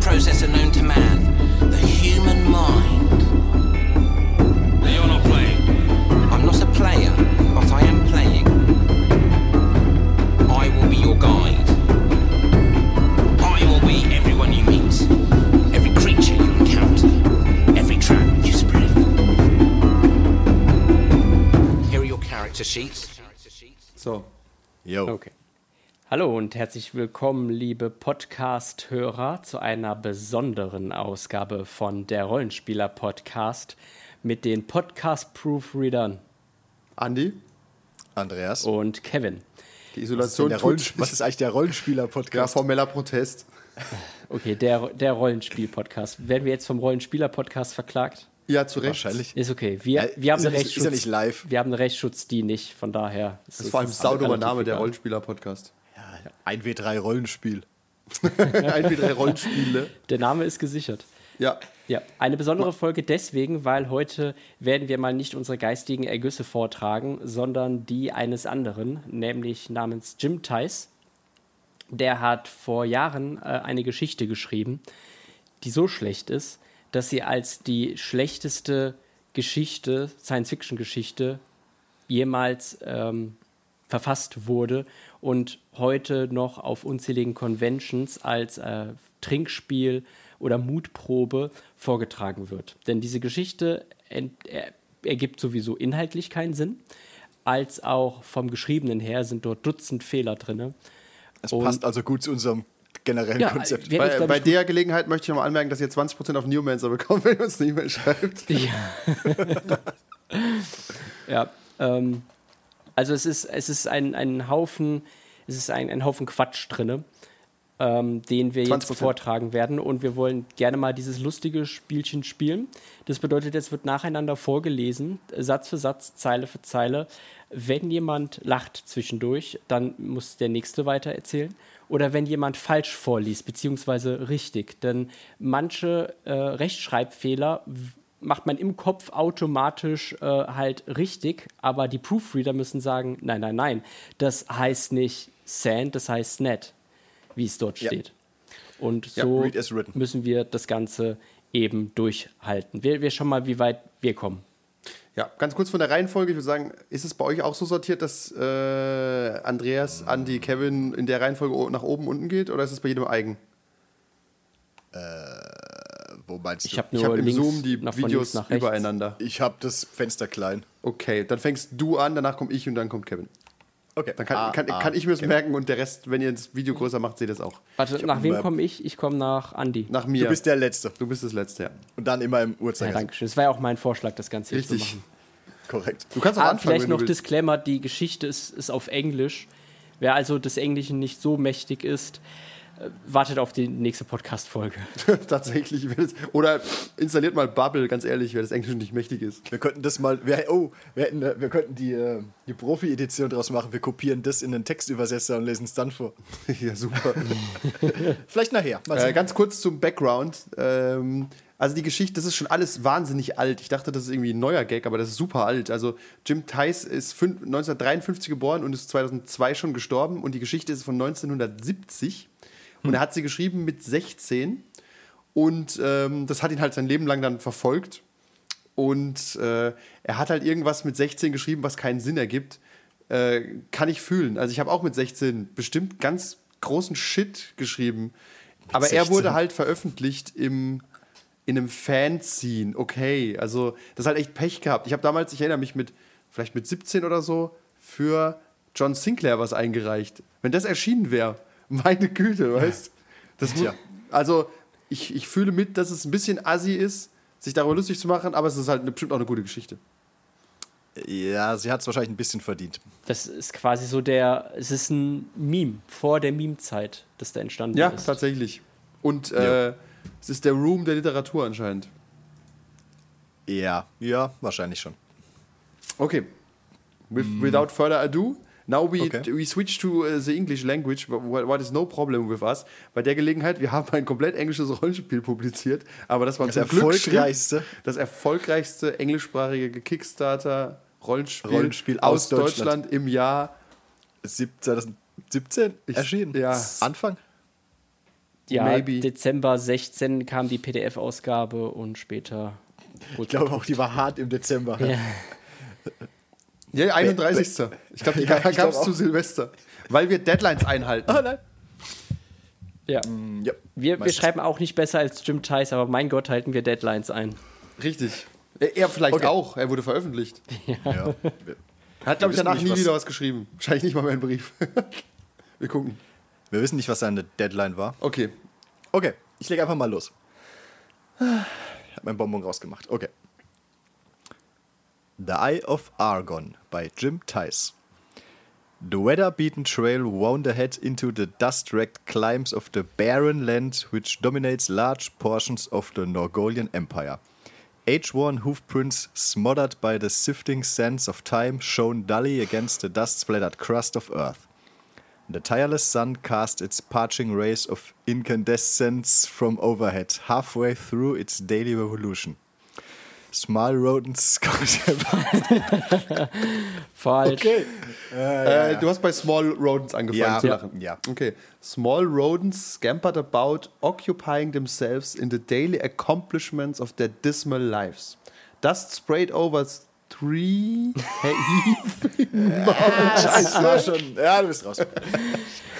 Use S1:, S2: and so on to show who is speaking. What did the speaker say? S1: processor known to man the human mind.
S2: Now you're not playing.
S1: I'm not a player, but I am playing. I will be your guide. I will be everyone you meet, every creature you encounter, every trap you spread. Here are your character sheets.
S3: So,
S4: Yo.
S5: Okay. Hallo und herzlich willkommen, liebe Podcast-Hörer, zu einer besonderen Ausgabe von der Rollenspieler-Podcast mit den Podcast-Proofreadern
S3: Andi,
S4: Andreas.
S5: und Kevin.
S3: die
S4: was, ist denn
S3: Isolation
S4: der
S3: Oh, tut.
S4: Rollenspiel- was ist eigentlich der
S3: Ja,
S4: Rollenspieler-Podcast?
S3: formeller Protest.
S5: Okay, der, der Rollenspiel-Podcast. Werden wir jetzt vom Rollenspieler-Podcast verklagt?
S3: Ja, zu Recht.
S4: Wahrscheinlich.
S5: Ist okay. Wir,
S4: Ja, Äh,
S5: wir haben
S4: ist ja
S5: einen
S4: nicht-
S5: Rechtsschutz.
S4: ist ja nicht live.
S5: Wir haben einen Rechtsschutz, die nicht, von daher.
S3: Das ist vor allem ein saudober Name, der Rollenspieler-Podcast.
S4: Ja, 1W3 Rollenspiel.
S3: Ein wie drei Rollenspiele.
S5: Der Name ist gesichert.
S3: Ja,
S5: Ja, eine besondere Folge deswegen, weil heute werden wir mal nicht unsere geistigen Ergüsse vortragen, sondern die eines anderen, nämlich namens Jim Tice. Der hat vor Jahren äh, eine Geschichte geschrieben, die so schlecht ist, dass sie als die schlechteste Geschichte, Science-Fiction-Geschichte, jemals ähm, verfasst wurde und heute noch auf unzähligen Conventions als äh, Trinkspiel oder Mutprobe vorgetragen wird. Denn diese Geschichte ent- er ergibt sowieso inhaltlich keinen Sinn, als auch vom Geschriebenen her sind dort Dutzend Fehler drin.
S4: Das passt also gut zu unserem generellen
S5: Ja,
S4: Konzept.
S5: wir-
S3: bei,
S5: glaub ich,
S3: bei
S5: gut-
S3: der Gelegenheit möchte ich nochmal anmerken, dass ihr 20% auf Newmancer bekommt, wenn ihr uns eine E-Mail schreibt.
S5: Ja. ja ähm, also es ist, es ist ein, ein Haufen, es ist ein, ein Haufen Quatsch drinne, ähm, den wir jetzt
S3: 20%.
S5: vortragen werden. Und wir wollen gerne mal dieses lustige Spielchen spielen. Das bedeutet, es wird nacheinander vorgelesen, Satz für Satz, Zeile für Zeile. Wenn jemand lacht zwischendurch, dann muss der Nächste weiter erzählen. Oder wenn jemand falsch vorliest, beziehungsweise richtig. Denn manche äh, Rechtschreibfehler w- macht man im Kopf automatisch äh, halt richtig, aber die Proofreader müssen sagen, nein, nein, nein, das heißt nicht sand, das heißt net, wie es dort
S4: Ja.
S5: steht. Und
S4: Ja,
S5: so
S4: read as written.
S5: müssen wir das Ganze eben durchhalten. Wir, wir schauen mal, wie weit wir kommen.
S3: Ja, ganz kurz von der Reihenfolge. Ich würde sagen, ist es bei euch auch so sortiert, dass äh, Andreas, Andy, Kevin in der Reihenfolge o- nach oben, unten geht? Oder ist es bei jedem eigen?
S4: Wo meinst du?
S5: Ich habe
S3: Ich
S5: nur
S3: habe im
S5: links,
S3: Zoom die
S5: nach, von links
S3: Videos
S5: nach rechts.
S3: übereinander.
S4: Ich hab das Fenster klein.
S3: Okay, dann fängst du an, danach komme ich und dann kommt Kevin.
S4: Okay. Ah,
S3: Dann kann,
S5: Ah,
S3: kann, kann ich mir das merken und der Rest, wenn ihr das Video größer macht, seht ihr es auch.
S5: Warte,
S4: Ich hab
S5: nach wem
S4: mal-
S5: komme ich? Ich komme nach Andi.
S3: Nach mir.
S4: Du bist der Letzte.
S3: Du bist das Letzte, ja.
S4: Und dann immer im
S5: ja,
S4: Uhrzeigersinn.
S5: Dankeschön. Das war ja auch mein Vorschlag, das Ganze hier zu
S3: Richtig.
S5: machen.
S4: Korrekt.
S3: Du kannst auch
S5: Ah,
S3: anfangen,
S5: vielleicht
S3: wenn
S5: noch
S3: du willst.
S5: Disclaimer, die Geschichte ist, ist auf Englisch. Wer also des Englischen nicht so mächtig ist, äh, wartet auf die nächste Podcast-Folge.
S3: Tatsächlich. wenn es- Oder installiert mal Bubble, ganz ehrlich, wer das Englisch nicht mächtig ist.
S4: Wir könnten das mal. Wir, oh, wir, hätten, äh, wir könnten die, äh, die Profi-Edition draus machen. Wir kopieren das in den Textübersetzer und lesen es dann vor.
S3: ja, super.
S4: Vielleicht nachher. Mal
S3: Äh,
S4: sehen.
S3: ganz kurz zum Background. Ähm, also die Geschichte, das ist schon alles wahnsinnig alt. Ich dachte, das ist irgendwie ein neuer Gag, aber das ist super alt. Also Jim Tice ist fün- 1953 geboren und ist 2002 schon gestorben und die Geschichte ist von 1970
S5: Hm.
S3: und er hat sie geschrieben mit 16 und ähm, das hat ihn halt sein Leben lang dann verfolgt und äh, er hat halt irgendwas mit 16 geschrieben, was keinen Sinn ergibt. Äh, kann ich fühlen. Also ich habe auch mit 16 bestimmt ganz großen Shit geschrieben. Aber er
S4: 16?
S3: wurde halt veröffentlicht im, in einem Fanzine. Okay, also das hat echt Pech gehabt. Ich habe damals, ich erinnere mich mit vielleicht mit 17 oder so, für John Sinclair was eingereicht. Wenn das erschienen wäre, meine Güte, weißt das muss,
S4: Tja.
S3: Also ich, ich fühle mit, dass es ein bisschen assi ist, sich darüber lustig zu machen, aber es ist halt eine, bestimmt auch eine gute Geschichte.
S4: ja, sie hat es wahrscheinlich ein bisschen verdient.
S5: Das ist quasi so der, es ist ein Meme vor der Meme-Zeit, das da entstanden
S3: Ja,
S5: ist.
S3: tatsächlich. Und äh, es ist der Room der Literatur anscheinend.
S4: Ja. Ja, wahrscheinlich schon.
S3: Okay. With, Without further ado, now we,
S4: Okay.
S3: we switch to uh, the English language, but what, what is no problem with us. Bei der Gelegenheit, wir haben ein komplett englisches Rollenspiel publiziert, aber das war
S4: Das
S3: zum Glück
S4: erfolgreichste.
S3: stimmt, Das erfolgreichste englischsprachige Kickstarter Rollenspiel,
S4: Rollenspiel
S3: aus,
S4: aus
S3: Deutschland.
S4: Deutschland.
S3: im Jahr
S4: Sieb- 2017 erschienen.
S3: ja.
S4: Anfang?
S5: ja,
S3: Maybe.
S5: Dezember 16 kam die PDF-Ausgabe und später.
S4: Ich glaube auch, die war hart im Dezember.
S5: Ja.
S3: Ja, 31. Ich glaube, die
S4: Ja,
S3: gab's
S4: ich
S3: gab
S4: glaub
S3: es zu
S4: auch. Ah,
S3: Silvester. Weil wir Deadlines einhalten.
S5: ja.
S4: Ja.
S5: Wir, wir
S4: mm, Meistens.
S5: schreiben auch nicht besser als Jim Tice, aber mein Gott, halten wir Deadlines ein.
S3: Richtig. Er, er vielleicht
S4: Okay.
S3: auch. Er wurde veröffentlicht.
S4: Ja. Wir,
S3: Hat, glaube ich,
S4: wissen
S3: danach
S4: nicht,
S3: nie
S4: was-
S3: wieder was geschrieben. Wahrscheinlich nicht mal mehr einen Brief. wir gucken.
S4: wir wissen nicht, was seine Deadline war.
S3: Okay.
S4: Okay, ich lege einfach mal los. Hab mein Bonbon rausgemacht. Okay. The Eye of Argon by Jim Tice. The weather-beaten trail wound ahead into the dust-wrecked climbs of the barren land which dominates large portions of the Norgolian Empire. Age-worn hoofprints smothered by the sifting sands of time shone dully against the dust-splattered crust of earth. The tireless sun cast its parching rays of incandescence from overhead, halfway through its daily revolution. Small rodents scouted about.
S5: Falsch.
S3: Äh, Du hast bei Small Rodents angefangen
S4: Ja.
S3: zu
S4: Ja.
S3: lachen.
S4: Ja.
S3: Okay. Small Rodents scampered about, occupying themselves in the daily accomplishments of their dismal lives. Dust sprayed over three heaving mountains.
S4: Das war schon. Ja, du bist raus.